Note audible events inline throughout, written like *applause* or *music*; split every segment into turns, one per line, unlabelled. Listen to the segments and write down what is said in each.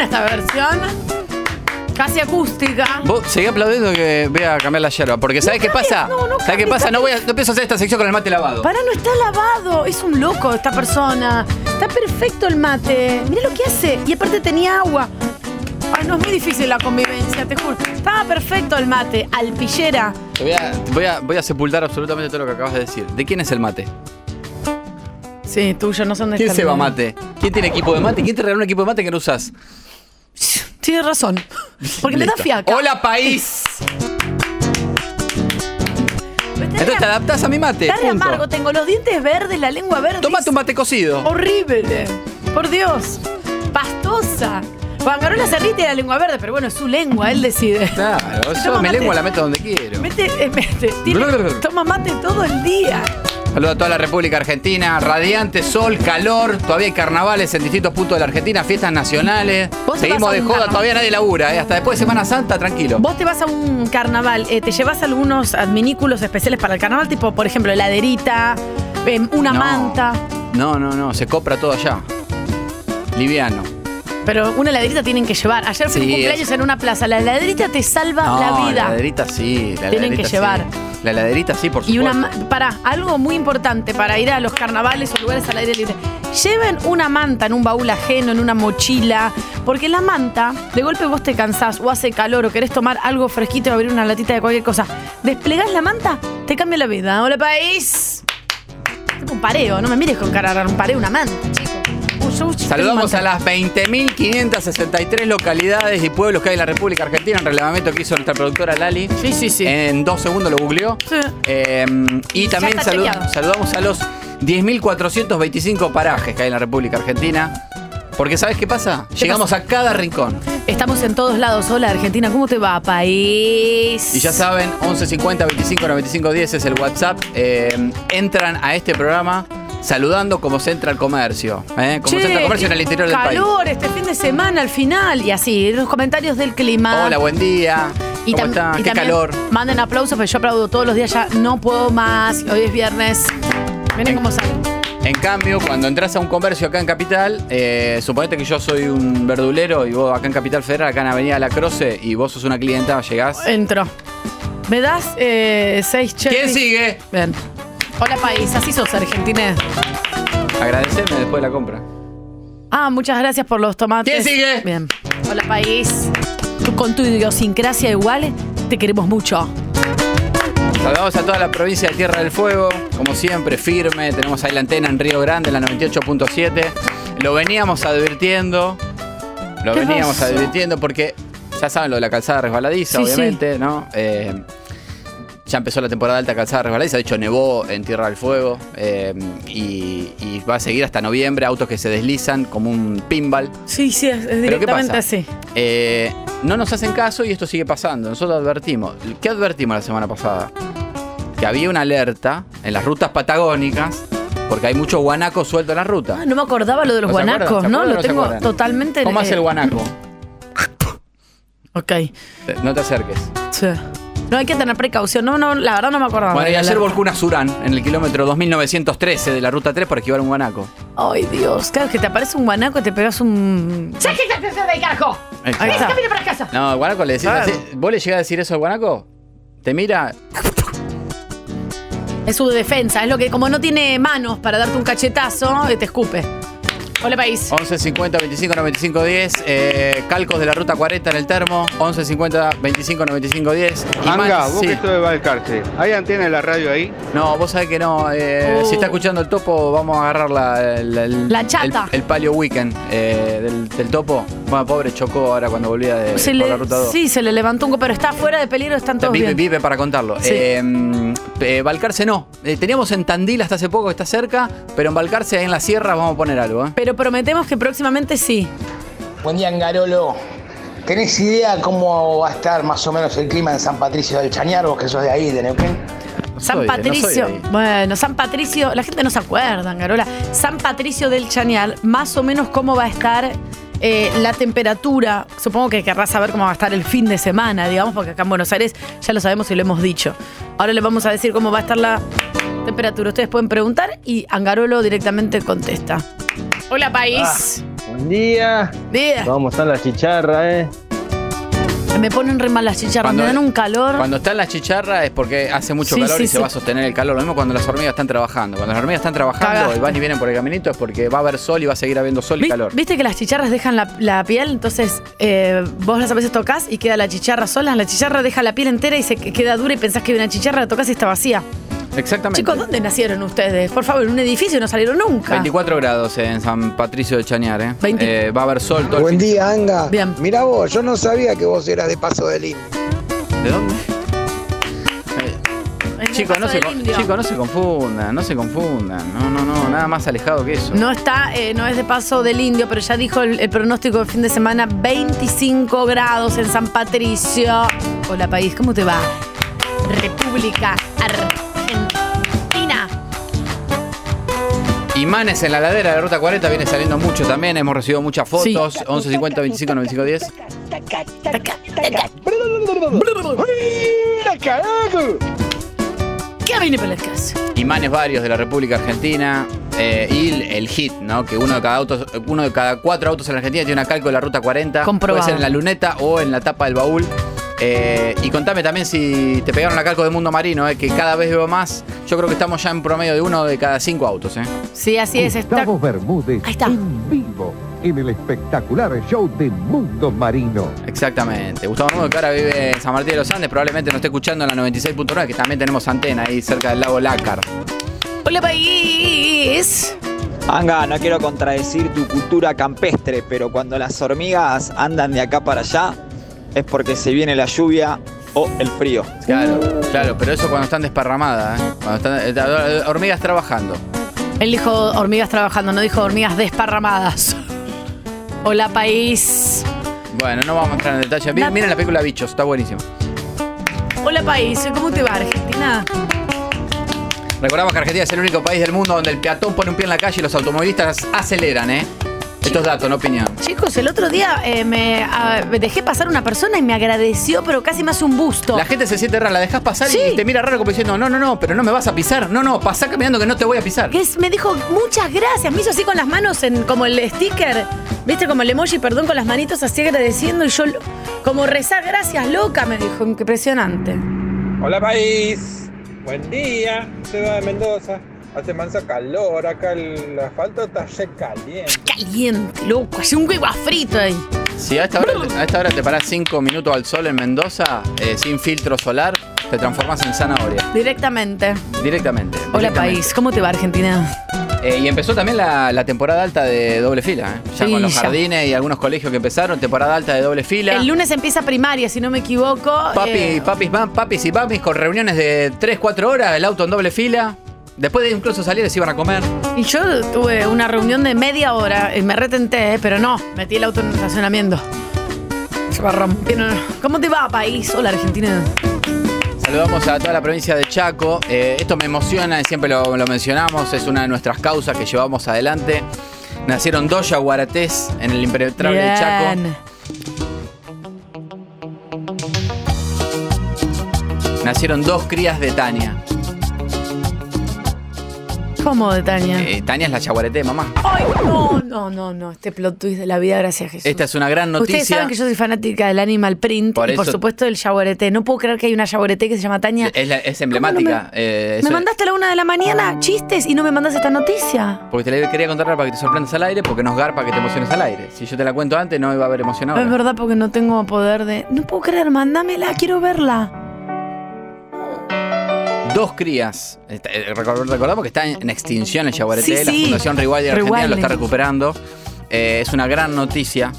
canción casi acústica.
Vos seguí aplaudiendo que voy a cambiar la yerba. Porque ¿sabés qué
cambies,
pasa?
no, no
¿Sabés qué
cambies,
pasa? No, voy a, no pienso hacer esta sección con el mate lavado.
Pará, no está lavado. Es un loco esta persona. Está perfecto el mate. Mirá lo que hace. Y aparte tenía agua. Ay, no es muy difícil la convivencia, te juro. Estaba perfecto el mate. Alpillera.
Te Voy a, voy, a, voy a sepultar absolutamente todo lo que acabas de decir. ¿De quién es el mate?
Sí, tuyo, no son de
¿Quién
esta
se va a
vida.
mate? ¿Quién tiene equipo de mate? ¿Quién te regaló un equipo de mate que no usás?
Tienes razón. Porque me da
Listo.
fiaca.
¡Hola, país!
Pero está
Entonces
re-
te adaptás a mi mate.
está re
punto.
amargo, tengo los dientes verdes, la lengua verde.
Tomate un mate cocido.
Horrible. Por Dios. Pastosa. Juan Carola Cerrí tiene la lengua verde, pero bueno, es su lengua, él decide.
Claro, yo
Toma
mi
mate.
lengua la meto donde quiero.
Mete, eh, mete. Tiene-
Bla, bla, bla.
toma mate todo el día.
Saludo a toda la República Argentina. Radiante, sol, calor. Todavía hay carnavales en distintos puntos de la Argentina, fiestas nacionales.
Vos te vas
Seguimos
a
de
un
joda,
carnaval.
todavía nadie labura. ¿eh? Hasta después de Semana Santa, tranquilo.
Vos te vas a un carnaval, eh, te llevas algunos adminículos especiales para el carnaval, tipo, por ejemplo, heladerita, em, una
No.
manta.
No, no, no. Se compra todo allá. Liviano.
Pero una heladerita tienen que llevar. Ayer fui a un
Sí,
cumpleaños
es-
en una plaza. La heladerita te salva
No,
Ah, la vida.
heladerita sí. La
Tienen
heladerita
que llevar.
sí. La heladerita sí, por supuesto.
Y una ma- pará, algo muy importante para ir a los carnavales o lugares al aire libre. Lleven una manta en un baúl ajeno, en una mochila, porque la manta, de golpe vos te cansás o hace calor o querés tomar algo fresquito y abrir una latita de cualquier cosa. Desplegás la manta, te cambia la vida. Hola país. Tengo un pareo, no me mires con cara rara, un pareo, una manta, chico. Un show, chico,
Saludamos
una manta.
a las 20.563 localidades y pueblos que hay en la República Argentina, en relevamiento que hizo nuestra productora Lali.
Sí, sí, sí.
En dos segundos lo googleó.
Sí.
Eh, y también
está
salu-
chequeado.
saludamos a los 10.425 parajes que hay en la República Argentina. Porque ¿sabes qué pasa? Llegamos a cada rincón.
Estamos en todos lados. Hola Argentina, ¿cómo te va, país?
Y ya saben, 1150 25 95 10 es el WhatsApp. Eh, entran a este programa saludando como se entra al comercio. ¿eh? Como se entra al comercio en el interior del país.
Calor este fin de semana al final y así, los comentarios del clima.
Hola, buen día.
y
¿Cómo
tam-
están?
y
Qué
también
calor.
Manden aplausos, pero yo aplaudo todos los días ya. No puedo más. Hoy es viernes. Miren cómo sale.
En cambio, cuando entras a un comercio acá en Capital, eh, suponete que yo soy un verdulero y vos acá en Capital Federal, acá en Avenida La Croce, y vos sos una clienta, llegás.
Entro. ¿Me das eh, seis cheques?
¿Quién sigue?
Bien. Hola, país. Así sos, Argentina.
Agradeceme después de la compra.
Ah, muchas gracias por los tomates.
¿Quién sigue?
Bien. Hola, país. Tú con tu idiosincrasia igual, te queremos mucho.
Saludamos a toda la provincia de Tierra del Fuego, como siempre, firme. Tenemos ahí la antena en Río Grande, en la 98.7. Lo veníamos advirtiendo. Lo
¿Qué
veníamos
pasó?
advirtiendo porque ya saben lo de la calzada resbaladiza,
Sí,
obviamente, ¿no? Eh, ya empezó la temporada alta calzada resbaladiza, de hecho nevó en Tierra del Fuego eh, y, y va a seguir hasta noviembre, autos que se deslizan como un pinball.
Sí, sí, es,
¿Pero qué pasa? Eh, no nos hacen caso y esto sigue pasando. Nosotros advertimos. ¿Qué advertimos la semana pasada? Que había una alerta en las rutas patagónicas porque hay muchos guanacos sueltos en la ruta.
Ah, no me acordaba lo de los
¿No se
guanacos,
acuerdan? ¿Se
¿no?
acuerdan o
Lo
se
tengo
acuerdan?
totalmente.
¿Cómo
eh,
hace el guanaco?
Ok.
Eh, No te acerques.
sí. No hay que tener precaución. No, no, la verdad no me acordaba.
Bueno,
de
y
la
ayer
alerta.
volcó una Surán en el kilómetro 2913 de la ruta 3 para esquivar un guanaco.
Ay, Dios. Claro, que te aparece un guanaco y te pegas un.
Ahí
Ahí está.
No, al guanaco le decís
Claro.
así. ¿Vos le llegás a decir eso al guanaco? Te mira.
Es su defensa. Es lo que, como no tiene manos para darte un cachetazo, eh, te escupe. Hola, país.
11 50 25 95 10. eh, calcos de la ruta 40 en el termo. 11 50 25 95 10. Y
Anga,
más-
vos
sí.
que esto de Valcarce, ¿hay antena de la radio ahí?
No, vos sabés que no. eh,
Oh.
Si está escuchando el topo, vamos a agarrar la, el- el-
La chata.
El, el palio weekend eh, del, del topo. Bueno, pobre, chocó ahora cuando volvía de,
Se
por
le-
la ruta 2.
sí, se le levantó un. co- Pero está fuera de peligro, están todos
Vive,
bien.
vive para contarlo.
Sí.
Eh, mm, eh, Balcarce no. Eh, teníamos en Tandil hasta hace poco, que está cerca, pero en Balcarce, ahí en la sierra, vamos a poner algo. ¿eh?
Pero prometemos que próximamente sí.
Buen día, Angarolo. ¿Tenés idea cómo va a estar más o menos el clima en San Patricio del Chañar, vos que sos de ahí, de Neuquén?
No
San
soy de- no soy de
Patricio.
ahí.
bueno, San Patricio, la gente no se acuerda, Garola. San Patricio del Chañal, más o menos cómo va a estar eh, la temperatura. Supongo que querrás saber cómo va a estar el fin de semana, digamos, porque acá en Buenos Aires ya lo sabemos y lo hemos dicho. Ahora le vamos a decir cómo va a estar la temperatura. Ustedes pueden preguntar y Angarolo directamente contesta. Hola, país.
Buenas
Buen día.
Día.
¿Cómo están las chicharras, eh?
Me ponen re mal las chicharras,
Cuando-
me dan un calor.
Cuando está en la chicharra es porque hace mucho
Sí,
calor
sí,
y se
sí.
va a sostener el calor. Lo mismo cuando las hormigas están trabajando. Cuando las hormigas están trabajando
Cagaste.
y van y vienen por el caminito es porque va a haber sol y va a seguir habiendo sol y
Vi-
calor.
Viste que las chicharras dejan la, la piel, entonces eh, vos las a veces tocas y queda la chicharra sola. La chicharra deja la piel entera y se que- queda dura y pensás que hay una chicharra, la tocas y está vacía.
Exactamente.
Chicos, ¿dónde nacieron ustedes? Por favor, en un edificio no salieron nunca.
24 grados en San Patricio de Chañar, ¿eh?
20.
Eh, va a haber sol todo el
Buen
fin-
día, Anga.
Bien.
Mirá vos, yo no sabía que vos eras de Paso del Indio.
¿De dónde? Eh,
En el
Chicos, no,
Paso
se
del
con-
Indio.
chicos, no se confundan, no se confundan. No, no, no, nada más alejado que eso.
No está, eh, no es de paso del indio, pero ya dijo el, el pronóstico de fin de semana: 25 grados en San Patricio. Hola, país, ¿cómo te va? República Argentina.
Imanes en la ladera de Ruta 40 viene saliendo mucho también. Hemos recibido muchas fotos. 11, 50, 25, 95, 10.
Kevin Pelescas.
Imanes varios de la República Argentina. eh, y el- el hit, ¿no? Que uno de cada auto, uno de cada cuatro autos en la Argentina tiene una calco de la Ruta 40.
Comprobado.
Puede ser en la luneta o en la tapa del baúl. Eh, y contame también si te pegaron la calco de Mundo Marino, eh, que cada vez veo más. Yo creo que estamos ya en promedio de uno de cada cinco autos. Eh.
Sí, así es. Está...
Gustavo Bermúdez
Ahí está.
en vivo en el espectacular show de Mundo Marino.
Exactamente. Gustavo Nudo, que ahora vive en San Martín de los Andes, probablemente nos esté escuchando en la 96.9, que también tenemos antena ahí cerca del lago Lácar.
Hola, país.
Anga, no quiero contradecir tu cultura campestre, pero cuando las hormigas andan de acá para allá es porque se viene la lluvia o el frío.
Claro, claro, pero eso cuando están desparramadas, ¿eh? cuando están eh, eh, hormigas trabajando.
Él dijo hormigas trabajando, no dijo hormigas desparramadas. Hola, país.
Bueno, no vamos a entrar en detalle.
La-
Miren, miren la película Bichos, está buenísima.
Hola, país. ¿Cómo te va, Argentina?
Recordamos que Argentina es el único país del mundo donde el peatón pone un pie en la calle y los automovilistas aceleran, ¿eh? Estos datos, no opinión.
Chicos, el otro día eh, me ah, me dejé pasar una persona y me agradeció, pero casi me hace un busto.
La gente se siente rara, la dejas pasar
Sí.
y te mira raro como diciendo, no, no, no, pero no me vas a pisar. No, no, pasá caminando que no te voy a pisar.
Que es- me dijo muchas gracias, me hizo así con las manos en como el sticker, viste como el emoji, perdón, con las manitos así agradeciendo y yo lo- como rezar gracias loca me dijo, impresionante.
Hola país, buen día, ciudad de Mendoza. Hace mansa calor, acá el asfalto está re caliente.
Caliente, loco, hace un huevo frito ahí.
Si a esta hora, a esta hora te parás 5 minutos al sol en Mendoza, eh, sin filtro solar, te transformas en zanahoria.
Directamente.
Directamente.
Hola
directamente.
país, ¿cómo te va Argentina?
Eh, y empezó también la, la temporada alta de doble fila. ¿eh? Ya
Sí,
con los
ya.
jardines y algunos colegios que empezaron, temporada alta de doble fila.
El lunes empieza primaria, si no me equivoco.
Papi,
Eh,
papis, van, papis y papis con reuniones de 3, 4 horas, el auto en doble fila. Después de incluso salir, les iban a comer.
Y yo tuve una reunión de media hora, y me retenté, eh, pero no, metí el auto en el estacionamiento. Se va rompiendo. ¿Cómo te va país? Hola Argentina.
Saludamos a toda la provincia de Chaco. Eh, esto me emociona, y siempre lo, lo mencionamos, es una de nuestras causas que llevamos adelante. Nacieron dos yaguaratés en el impenetrable de Chaco.
Bien.
Nacieron dos crías de Tania.
Ah. ¿Cómo de Tania?
Eh, Tania es la yaguareté, mamá.
Ay, no, no, no, no. Este plot twist de la vida, gracias a Jesús.
Esta es una gran noticia.
Ustedes saben que yo soy fanática del animal print
Por
y por
eso-
supuesto del yaguareté. No puedo creer que hay una yaguareté que se llama Tania.
Es, la- es emblemática.
¿Cómo no
eh,
me
eso-
mandaste a la una de la mañana chistes y no me mandas esta noticia.
Porque te la quería contar para que te sorprendas al aire, porque nos garpa que te emociones al aire. Si yo te la cuento antes, no iba a haber emocionado.
Es verdad porque no tengo poder de... No puedo creer, mándamela, quiero verla.
Dos crías. Está- eh, recor- Recordamos que está en en extinción el Yaguareté.
Sí,
la
sí.
Fundación Rewilding Argentina
Rewilding.
lo está recuperando. Eh, es una gran noticia.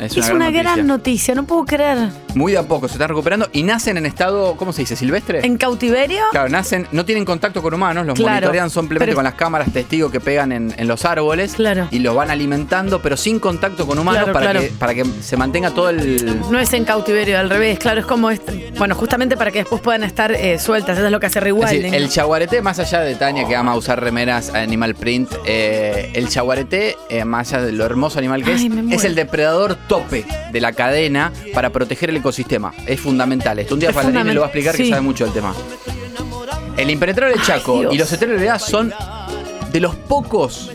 Es
Es una gran noticia, no puedo creer.
Muy de a poco se está recuperando y nacen en estado, ¿cómo se dice? ¿Silvestre?
¿En cautiverio?
Claro, nacen, no tienen contacto con humanos, los
Claro,
monitorean simplemente
pero-
con las cámaras testigos que pegan en, en los árboles
Claro.
y los van alimentando, pero sin contacto con humanos
Claro,
para,
claro.
Que, para que se mantenga todo el.
No es en cautiverio, al revés, claro, es como... este- Bueno, justamente para que después puedan estar eh, sueltas, eso es lo que hace
Es decir,
Rewilding.
el chaguareté, más allá de Tania que ama usar remeras animal print, eh, el chaguareté, eh, más allá de lo hermoso animal que
Ay, me
es,
muero.
es el depredador tope de la cadena para proteger el ecosistema. Es fundamental esto. Un día
Es
Falarine
fundament-
lo va a explicar
sí.
que sabe mucho del tema. El impenetrable del Chaco
Dios.
y los estrellas son de los pocos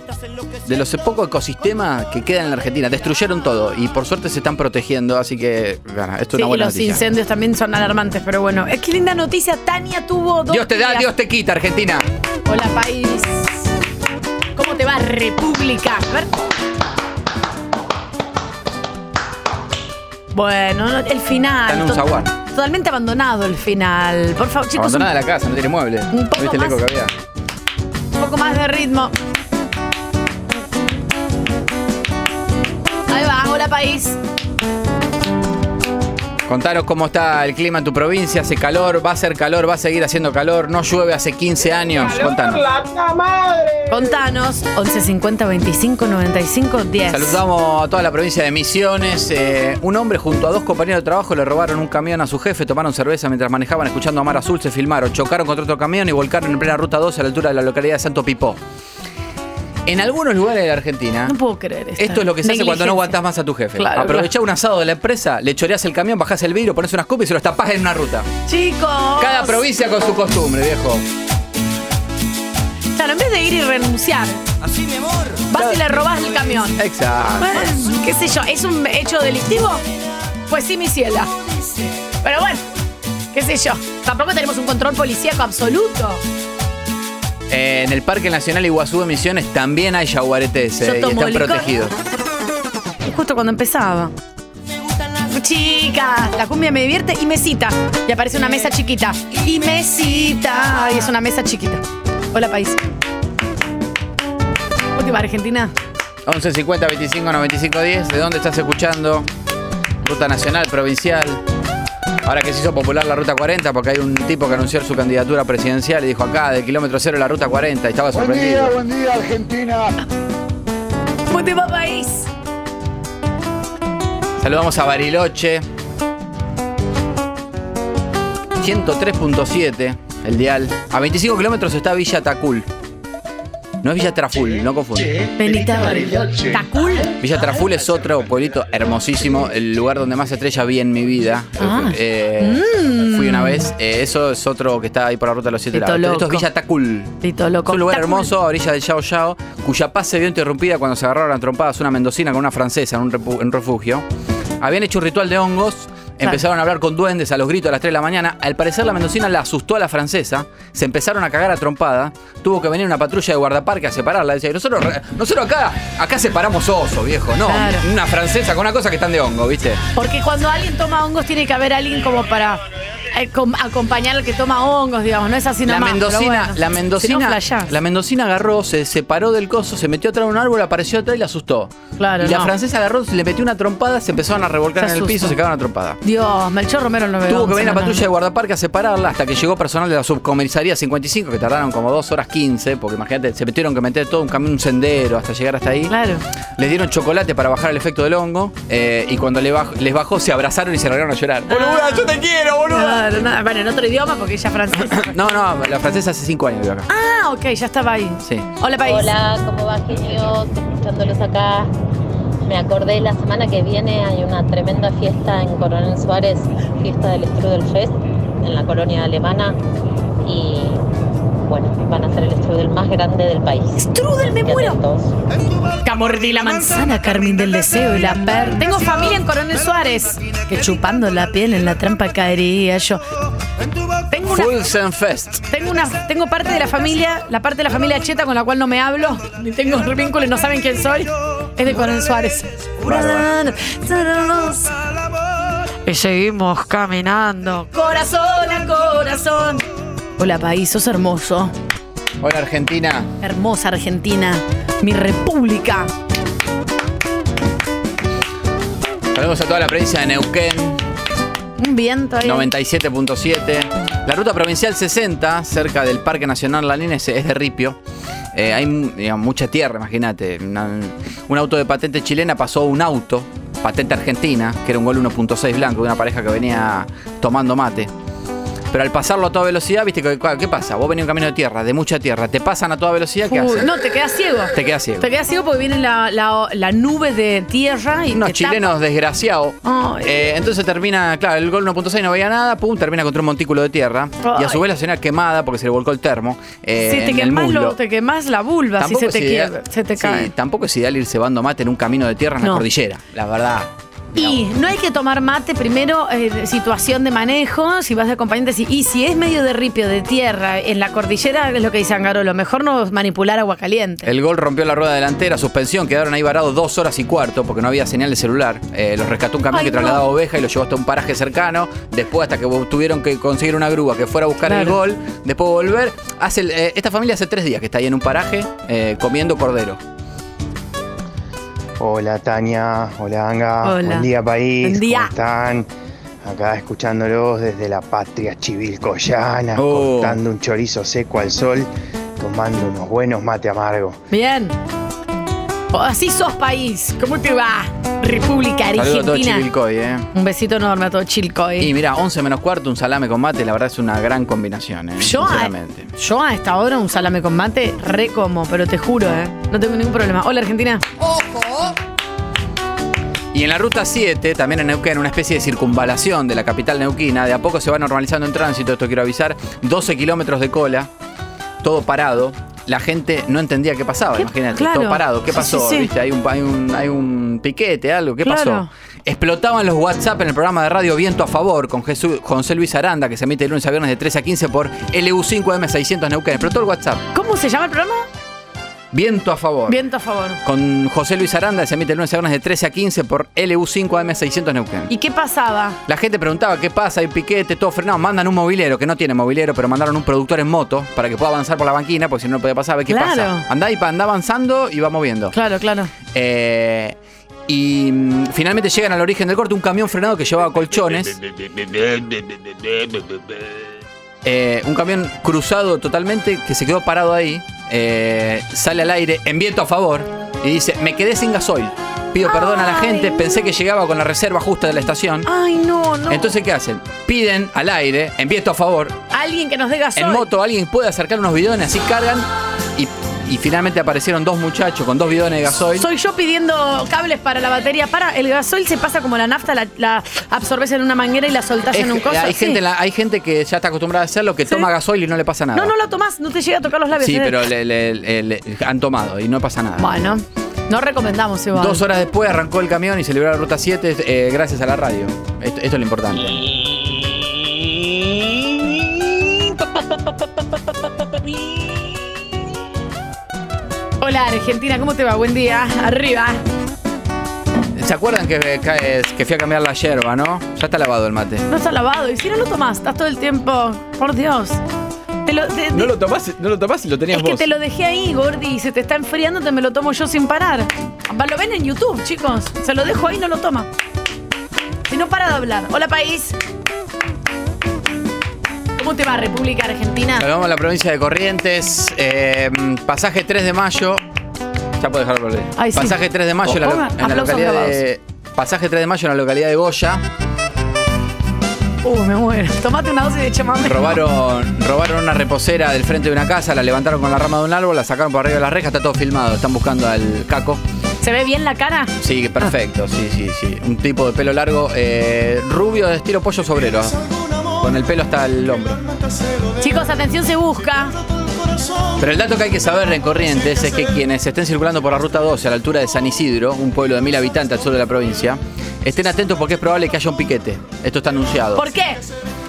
de los pocos ecosistemas que quedan en la Argentina. Destruyeron todo y por suerte se están protegiendo, así que bueno, esto
Sí,
es una
y
buena
los
noticia.
incendios también son alarmantes, pero bueno. Es que linda noticia. Tania tuvo dos.
Dios te da,
días.
Dios te quita, Argentina.
Hola, país. ¿Cómo te va, República? A ver. Bueno, no- el final.
Está en un
to-
zaguán.
Totalmente abandonado el final. Por favor, chicos, un,
Abandonada la casa, no tiene muebles.
un poco
¿Viste el eco que
más.
había?
poco más de ritmo. Ahí va, hola, país.
Contanos cómo está el clima en tu provincia. Hace calor, va a hacer calor, va a seguir haciendo calor. No llueve hace 15 años. Contanos.
Contanos, 11 50 25 95 10.
Saludamos a toda la provincia de Misiones. Eh, un hombre junto a dos compañeros de trabajo le robaron un camión a su jefe, tomaron cerveza mientras manejaban escuchando a Mar Azul, se filmaron, chocaron contra otro camión y volcaron en plena ruta 12 a la altura de la localidad de Santo Pipó. En algunos lugares de la Argentina,
No puedo creer esto.
Esto es lo que se hace cuando no
Negligencia.
aguantás más a tu jefe.
Claro,
Aprovechá un asado de la empresa, le choreás el camión, bajás el vidrio, pones unas copas y se los tapás en una ruta.
Chicos.
Cada provincia con su costumbre, viejo.
Claro, en vez de ir y renunciar, vas y le robás el camión.
Exacto.
Bueno, qué sé yo, ¿es un hecho delictivo? Pues sí, mi ciela. Pero bueno, qué sé yo. Tampoco tenemos un control policíaco absoluto.
Eh, en el Parque Nacional Iguazú de Misiones también hay jaguaretes eh,
Yo
y
tomo
están
licor.
protegidos.
Justo cuando empezaba. Chicas, la cumbia me divierte y mesita. Y aparece una mesa chiquita. Y mesita. Y es una mesa chiquita. Hola, país. ¿Cómo te va, Argentina?
11 50 25 95 10. ¿De dónde estás escuchando? Ruta nacional, provincial. Ahora que se hizo popular la ruta 40, porque hay un tipo que anunció su candidatura presidencial y dijo acá, del kilómetro cero la ruta 40, y estaba
Buen día,
sorprendido.
buen día, Argentina.
¿Cómo te va, país?
Saludamos a Bariloche. 103.7, el dial. A 25 kilómetros está Villa Tacul. No es Villa Traful, no confunde.
Benita Bariloche. ¿Está cool?
Villa Traful es otro pueblito hermosísimo, el lugar donde más estrella vi en mi vida.
Ah. Mm.
Eh, Fui una vez. Eh, eso es otro que está ahí por la ruta de los siete
Pito
lagos. Pero Esto es
loco.
Villa Tacul.
Tito
Es
loco.
un lugar
Está cool.
hermoso, a orilla del Yao Yao, cuya paz se vio interrumpida cuando se agarraron a trompadas una mendocina con una francesa en un, repu- en un refugio. Habían hecho un ritual de hongos, empezaron a hablar con duendes a los gritos a las 3 de la mañana. Al parecer la mendocina la asustó a la francesa, se empezaron a cagar a trompada, tuvo que venir una patrulla de guardaparque a separarla. Decía, nosotros, re- nosotros acá, acá separamos oso, viejo, no,
Claro.
una francesa con una cosa que están de hongo, ¿viste?
Porque cuando alguien toma hongos tiene que haber alguien como para eh, com- acompañar al que toma hongos, digamos, no es así
La
nomás. pero
mendocina,
bueno.
la
Si no,
mendocina,
flashás.
la mendocina agarró, se separó del coso, se metió atrás de un árbol, apareció atrás y la asustó.
Claro,
y la
no.
francesa agarró, le metió una trompada, se empezaron a revolcar
Se
en el
asusta.
piso, se cagaron a trompada.
Dios, Melchor Romero no me
Tuvo que venir la patrulla de guardaparque a separarla hasta que llegó personal de la subcomisaría 55, que tardaron como 2 horas 15, porque imagínate, se metieron que meter todo un camino, un sendero hasta llegar hasta ahí.
Claro.
Les dieron chocolate para bajar el efecto del hongo, eh, y cuando le baj- les bajó se abrazaron y se largaron a llorar. ¡Boluda, yo te quiero, boluda!
Claro, nada, bueno, en otro idioma porque ella es
*coughs*
francesa.
No, no, la francesa hace 5 años vive acá.
ah, ok, ya estaba ahí.
Sí.
Hola, país.
Hola, ¿cómo va, genios? Escuchándolos acá. Me acordé la semana que viene hay una tremenda fiesta en Coronel Suárez, fiesta del Strudelfest, en la colonia alemana. Y bueno, van a ser el Strudel más grande del país.
Strudel, me
Quédate
muero.
todos.
Camordí la manzana, Carmín del deseo y la per. Tengo familia en Coronel Suárez. Que chupando la piel en la trampa caería yo. Tengo una
Fulsen Fest.
Tengo una, tengo parte de la familia, la parte de la familia cheta con la cual no me hablo, ni tengo vínculo y no saben quién soy. Es de Coronel Suárez.
Bárbaro.
Y seguimos caminando. Corazón a corazón. Hola país, sos hermoso.
Hola Argentina.
Hermosa Argentina. Mi república.
Saludos a toda la provincia de Neuquén,
Un viento ahí.
97.7. La ruta provincial 60, cerca del Parque Nacional La Nina, es es de Ripio. Eh, hay digamos, mucha tierra, imagínate. Una- Un auto de patente chilena pasó un auto, patente argentina, que era un gol 1.6 blanco de una pareja que venía tomando mate. Pero al pasarlo a toda velocidad, viste, que- ¿qué pasa? Vos venís un camino de tierra, de mucha tierra, te pasan a toda velocidad, ¿qué
Uy,
haces?
no, te quedas ciego.
Te quedas ciego.
Te quedas ciego porque viene la, la- la nube de tierra y
Unos
te tapa.
chilenos desgraciados.
Ay.
Eh, entonces termina, claro, el gol 1.6 no veía nada, pum, termina contra un montículo de tierra. Y a su
Ay.
vez la señora quemada porque se le volcó el termo. eh,
Si te
en el
quemás, lo-
muslo.
te quemás la vulva, si se
Tampoco
te,
es ideal-
quiebra, se te
sí,
cae.
Tampoco es ideal ir cebando mate en un camino de tierra en
No.
la cordillera, la verdad.
Y no hay que tomar mate primero, eh, situación de manejo, si vas de acompañante. si- y si es medio de ripio, de tierra, en la cordillera, es lo que dice Angarolo, mejor no manipular agua caliente.
El gol rompió la rueda delantera, suspensión, quedaron ahí varados dos horas y cuarto porque no había señal de celular. Eh, los rescató un camión
Ay,
que
no.
trasladaba oveja y los llevó hasta un paraje cercano. Después, hasta que tuvieron que conseguir una grúa que fuera a buscar el
Claro.
gol. Después volver. Hace, el- eh, esta familia hace tres días que está ahí en un paraje eh, comiendo cordero.
Hola Tania, hola Anga,
Hola.
buen día país,
Buen día.
¿cómo están? Acá escuchándolos desde la patria chivilcoyana,
Oh.
cortando un chorizo seco al sol, tomando unos buenos mate amargo.
Bien. O- Así sos país. ¿Cómo te va? República
Saludos a todo
Argentina.
Chivilcoy, eh.
Un besito enorme a todo eh. Chilcoy.
Y mira, 11 menos cuarto, un salame con mate, la verdad es una gran combinación, eh,
Yo a,
sinceramente.
yo a esta hora un salame con mate re como, pero te juro, ¿eh? No tengo ningún problema. Hola, Argentina.
Y en la ruta 7, también en Neuquén, una especie de circunvalación de la capital neuquina, de a poco se va normalizando en tránsito, esto quiero avisar, 12 kilómetros de cola, todo parado. La gente no entendía qué pasaba,
¿Qué?
imagínate,
Claro.
todo parado, ¿qué
Sí,
pasó?
sí, sí.
¿Viste? Hay, un, hay, un, hay un piquete, algo, ¿qué
Claro.
pasó? Explotaban los WhatsApp en el programa de radio Viento a Favor con Jesús, José Luis Aranda, que se emite de lunes a viernes de 13 a 15 por LU5M600 Neuquén. Explotó el WhatsApp,
¿Cómo se llama el programa?
Viento a Favor.
Viento a favor.
Con José Luis Aranda, que se emite de lunes a viernes de 13 a 15 por LU5M600 Neuquén.
¿Y qué pasaba?
La gente preguntaba qué pasa, hay piquete, todo frenado. Mandan un movilero, que no tiene movilero, pero mandaron un productor en moto para que pueda avanzar por la banquina, porque si no, no podía pasar. A ver qué
Claro.
pasa. Andá, y, pa- andá avanzando y va moviendo.
Claro, claro.
Eh, y mm, finalmente llegan al origen del corte un camión frenado que llevaba colchones. Eh, un camión cruzado totalmente que se quedó parado ahí. eh, sale al aire en viento a favor y dice: Me quedé sin gasoil. Pido perdón a la
Ay,
gente, pensé que llegaba con la reserva justa de la estación.
Ay, no, no.
Entonces, ¿qué hacen? Piden al aire, en viento a favor,
Alguien que nos dé gasoil.
en moto alguien puede acercar unos bidones, así cargan y, y finalmente aparecieron dos muchachos con dos bidones de gasoil.
Soy yo pidiendo cables para la batería. Para, el gasoil se pasa como la nafta, la, la absorbes en una manguera y la soltás
Es-
en un coso.
hay,
Sí.
gente, en la- hay gente que ya está acostumbrada a hacerlo, que toma gasoil y no le pasa nada.
No, no la tomás, no te llega a tocar los labios.
sí,
¿eh?
pero le- le- le- le- han tomado y no pasa nada.
Bueno, no recomendamos igual.
Dos horas después arrancó el camión y se liberó la ruta 7 eh, gracias a la radio. Esto, esto es lo importante.
Hola, Argentina, ¿cómo te va? Buen día. Arriba.
¿Se acuerdan que, que- que fui a cambiar la yerba, no? Ya está lavado el mate.
No está lavado. Y si no lo tomás, estás todo el tiempo. Por Dios. Te lo- te-
No lo tomás, no lo tomás y lo tenías
es que
vos.
te lo dejé ahí, Gordi, y se te está enfriando, te me lo tomo yo sin parar. Va, Lo ven en YouTube, chicos. Se lo dejo ahí, no lo toma. Si no para de hablar. Hola, país. ¿Cómo te va, República Argentina?
Nos vamos a la provincia de Corrientes. eh, pasaje 3 de mayo. Ya puedo dejarlo perder.
Ay, sí.
pasaje 3 de mayo en la, lo-
Pongan
en la
aplausos
localidad de. Pasaje 3 de mayo en la localidad de Goya.
Uh, me muero. Tomate una dosis de chamamé.
Robaron, robaron una reposera del frente de una casa, la levantaron con la rama de un árbol, la sacaron por arriba de la reja, está todo filmado. Están buscando al caco.
¿Se ve bien la cara?
Sí, perfecto, sí, sí, sí. Un tipo de pelo largo, eh, rubio de estilo pollo sobrero. Con el pelo hasta el hombro.
Chicos, atención, se busca.
Pero el dato que hay que saber en Corrientes es que quienes estén circulando por la ruta 12 a la altura de San Isidro, un pueblo de mil habitantes al sur de la provincia, estén atentos porque es probable que haya un piquete. Esto está anunciado.
¿Por qué?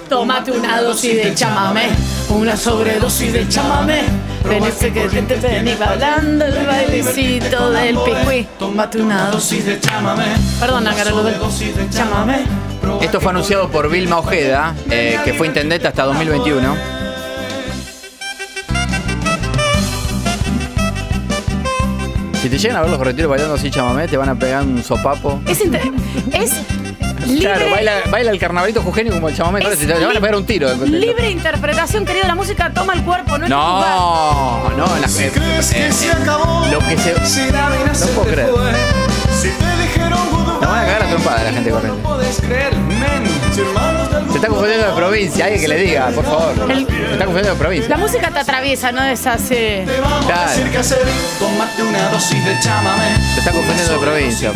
Tómate una dosis de chamamé, una sobredosis de chamamé. Venirse que te vení bailando el bailecito del picuí. Tómate una dosis de chamamé. Perdona, Carlos. Chamamé.
Esto fue anunciado por Vilma Ojeda, eh, que fue intendente hasta 2021. Si te llegan a ver los correteros bailando así chamamé, te van a pegar un sopapo.
Es, inte- es libre,
Claro, baila, baila el carnavalito jujeño como el chamamé.
Es
te, te van a pegar un tiro.
libre interpretación, querido. La música toma el cuerpo, no es un lugar. *laughs*
No, no, la, eh, eh, lo que se. No puedo creer. Nos van a cagar a trompada la gente corriente.
Puedes creer, men.
Se está confundiendo de provincia, alguien que le diga, por favor.
El-
Se está confundiendo de provincia.
La música te atraviesa, no deshace.
Claro.
Tomate una dosis de chamamé.
Se está confundiendo de provincia.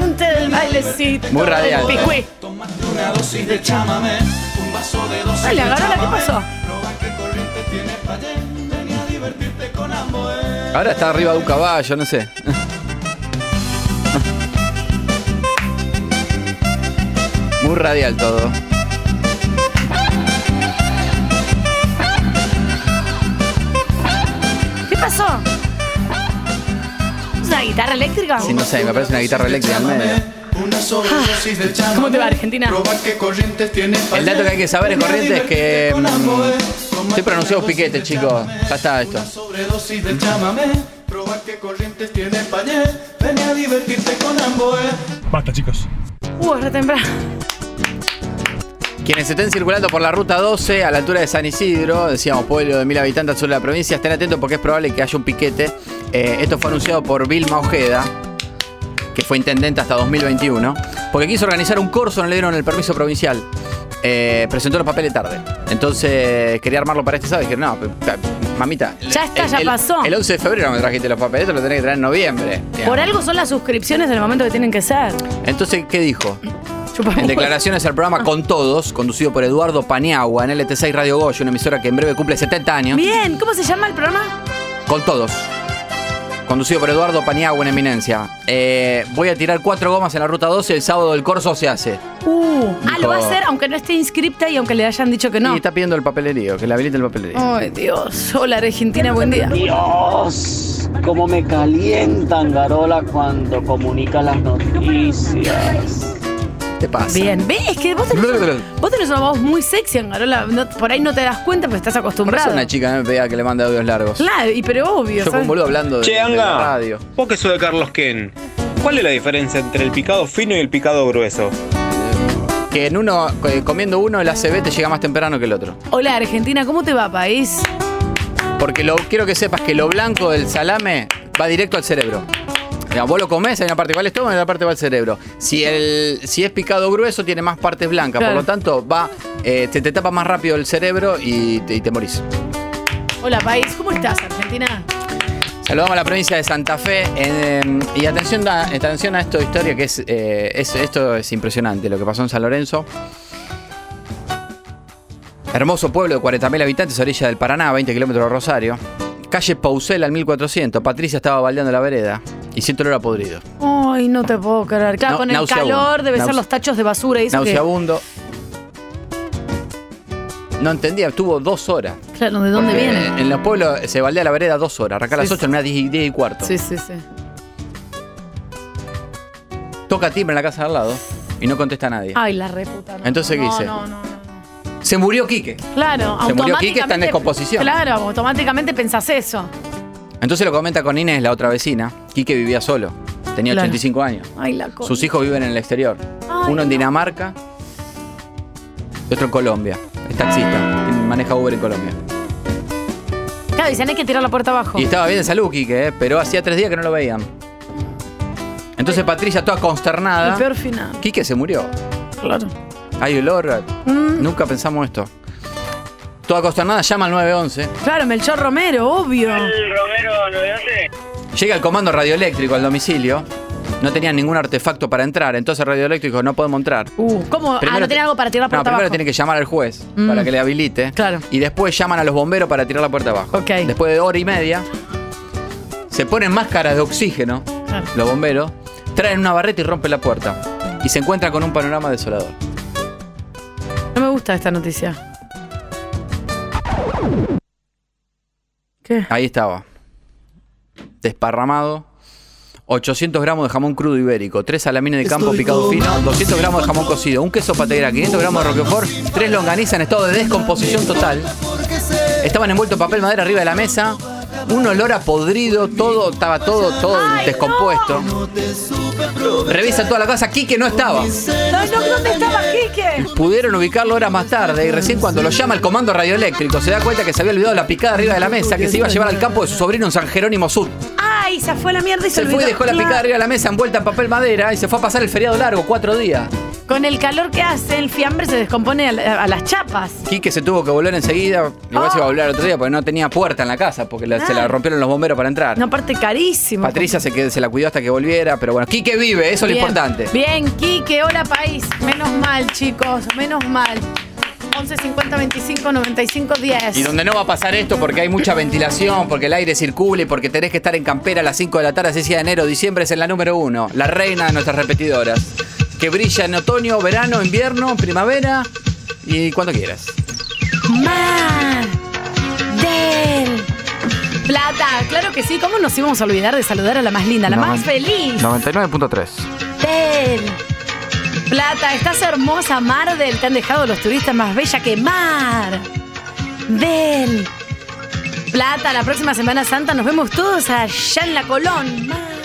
Un té del bailecito.
Muy radial.
Picuí.
Una dosis de chamamé. Un vaso de dosis
Dale,
de
agarrala, ¿qué
chamamé.
pasó?
Ahora está arriba de un caballo, no sé. *laughs* Muy radial todo.
¿Qué pasó? ¿Es una guitarra eléctrica?
Sí, no sé, me parece una guitarra eléctrica en medio.
Una sobredosis de chamamé.
Ah, ¿Cómo te va, Argentina?
Proba que corrientes tiene
El dato que hay que saber en Corrientes es que. mm, estoy pronunciado piquete, chicos. Ya está esto.
Sobredosis de chamamé. Proba que corrientes tiene pañé. Ven a divertirte con Amboé.
Basta, chicos.
Uh, es re temprano.
Quienes estén circulando por la ruta 12 a la altura de San Isidro, decíamos pueblo de mil habitantes al sur de la provincia, estén atentos porque es probable que haya un piquete. Eh, esto fue anunciado por Vilma Ojeda, que fue intendente hasta 2021, porque quiso organizar un corso, no le dieron el permiso provincial. Eh, presentó los papeles tarde. Entonces quería armarlo para este sábado y dijeron, no, pe- pe- mamita.
Ya está,
el-
ya
el-
pasó.
El 11 de febrero me trajiste los papeles, esto lo tenés que traer en noviembre.
Por algo son las suscripciones en el momento que tienen que ser.
Entonces, ¿qué dijo? En declaraciones al programa Con Todos, conducido por Eduardo Paniagua en LT6 Radio Goya, una emisora que en breve cumple 70 años.
Bien, ¿cómo se llama el programa?
Con Todos. Conducido por Eduardo Paniagua en Eminencia. Eh, voy a tirar cuatro gomas en la ruta 12, el sábado del corso se hace.
Uh, ah, lo va a
Dijo-
hacer aunque no esté inscripta y aunque le hayan dicho que
Y
no.
está pidiendo el papelerío, que le habilite el papelerío.
Ay, Dios. Hola, Argentina, buen día.
Dios, cómo me calientan Garola cuando comunica las noticias.
¿Te pasa?
Oh. Bien, ve, es que vos tenés, vos tenés una voz muy sexy, Angarola. No- por ahí no te das cuenta, pero estás
Por eso
acostumbrado.
una chica no me pedía que le mande audios largos.
Claro, y pero obvio.
Yo con
¿sabes?
un boludo hablando de,
Che,
de la
Anga,
radio.
vos que sos de Carlos Ken, ¿cuál es la diferencia entre el picado fino y el picado grueso?
Que en uno, eh, comiendo uno, el ACB te llega más temprano que el otro.
Hola, Argentina, ¿cómo te va, país?
Porque lo, quiero que sepas que lo blanco del salame va directo al cerebro. Mira, vos lo comés, hay una parte que va al estómago y una parte que va al cerebro. Si, el, si es picado grueso, tiene más partes blancas.
Claro.
Por lo tanto, va, eh, te, te tapa más rápido el cerebro y te, y te morís.
Hola, país, ¿cómo estás, Argentina?
Saludamos a la provincia de Santa Fe. eh, y atención a, atención a esto, historia que es, eh, es- Esto es impresionante, lo que pasó en San Lorenzo. Hermoso pueblo de 40.000 habitantes, orilla del Paraná, 20 kilómetros de Rosario. Calle Pausel al 1400. Patricia estaba baldeando la vereda y siento olor a podrido.
Ay, no te puedo creer. Claro,
No,
con el
nauseabundo.
calor debe ser
Nause-
los tachos de basura y eso. que-
Nauseabundo. No entendía, estuvo dos horas.
Claro, ¿de dónde
Porque
viene?
En los pueblos se baldea la vereda dos horas. Arranca a las
Sí,
8, termina 10 y- 10 y cuarto.
Sí, sí, sí.
Toca timbre en la casa de al lado y no contesta a nadie.
Ay, la reputa. no.
Entonces, ¿qué
No,
hice?
No, no,
Se murió Quique.
Claro,
Se murió Quique, está en
automáticamente-
descomposición.
Claro, automáticamente pensás eso.
Entonces lo comenta con Inés, la otra vecina. Quique vivía solo. Tenía
Claro.
85 años.
Ay, la cosa.
Sus hijos viven en el exterior.
Ay,
Uno en Dinamarca y otro en Colombia. Es taxista. Maneja Uber en Colombia.
Claro, dicen, hay que tirar la puerta abajo.
Y estaba bien de salud, Quique, ¿eh? pero hacía tres días que no lo veían. Entonces Patricia, toda
El
consternada.
peor final.
Quique se murió.
Claro.
Hay olor. a-
Mm.
Nunca pensamos esto. Toda consternada llama al 911.
Claro, Melchor Romero, obvio.
Llega el comando radioeléctrico al domicilio. No tenían ningún artefacto para entrar. Entonces radioeléctrico no podemos entrar.
Uh, ¿Cómo? ah,
Primero
no
te-
tiene algo para tirar la
No,
puerta
primero
abajo.
tiene que llamar al juez
Mm.
para que le habilite.
Claro.
Y después llaman a los bomberos para tirar la puerta abajo. Después de hora y media, se ponen máscaras de oxígeno
Claro.
los bomberos, traen una barreta y rompen la puerta. Y se encuentran con un panorama desolador.
No me gusta esta noticia. ¿Qué?
Ahí estaba. Desparramado. 800 gramos de jamón crudo ibérico, 3 salamines de campo picado fino, 200 gramos de jamón cocido, un queso pategra, 500 gramos de roquefort, 3 longanizas en estado de descomposición total. Estaban envueltos en papel madera arriba de la mesa, un olor a podrido, todo, estaba todo, todo descompuesto. Revisa toda la casa, Quique no estaba.
No, no, ¿dónde estaba Quique?
Pudieron ubicarlo horas más tarde y recién cuando lo llama el comando radioeléctrico se da cuenta que se había olvidado la picada arriba de la mesa que se iba a llevar al campo de su sobrino en San Jerónimo Sur.
Ay, se fue a la mierda y se,
Se fue y
olvidó.
dejó la
Claro.
picada arriba de la mesa envuelta en papel madera y se fue a pasar el feriado largo, cuatro días.
Con el calor que hace, el fiambre se descompone a, la- a las chapas.
Quique se tuvo que volver enseguida, igual se iba a volver al otro día porque no tenía puerta en la casa, porque la- se la
Ah.
rompieron los bomberos para entrar.
No, aparte carísimo.
Patricia se, qued- se la cuidó hasta que volviera, pero bueno, Quique vive, eso es
Bien.
lo importante.
Bien, Quique, hola país. Menos mal, chicos, menos mal. 11 50 25 95 10.
Y donde no va a pasar esto porque hay mucha ventilación, porque el aire circula y porque tenés que estar en campera a las 5 de la tarde, así sea de enero, diciembre, es en la número uno. La reina de nuestras repetidoras. Que brilla en otoño, verano, invierno, primavera y cuando quieras.
Mar del Plata, claro que sí. ¿Cómo nos íbamos a olvidar de saludar a la más linda, la más feliz
99.3.
del Plata? Estás hermosa, Mar del. Te han dejado los turistas más bella que Mar del Plata. La próxima Semana Santa nos vemos todos allá en la Colón. Mar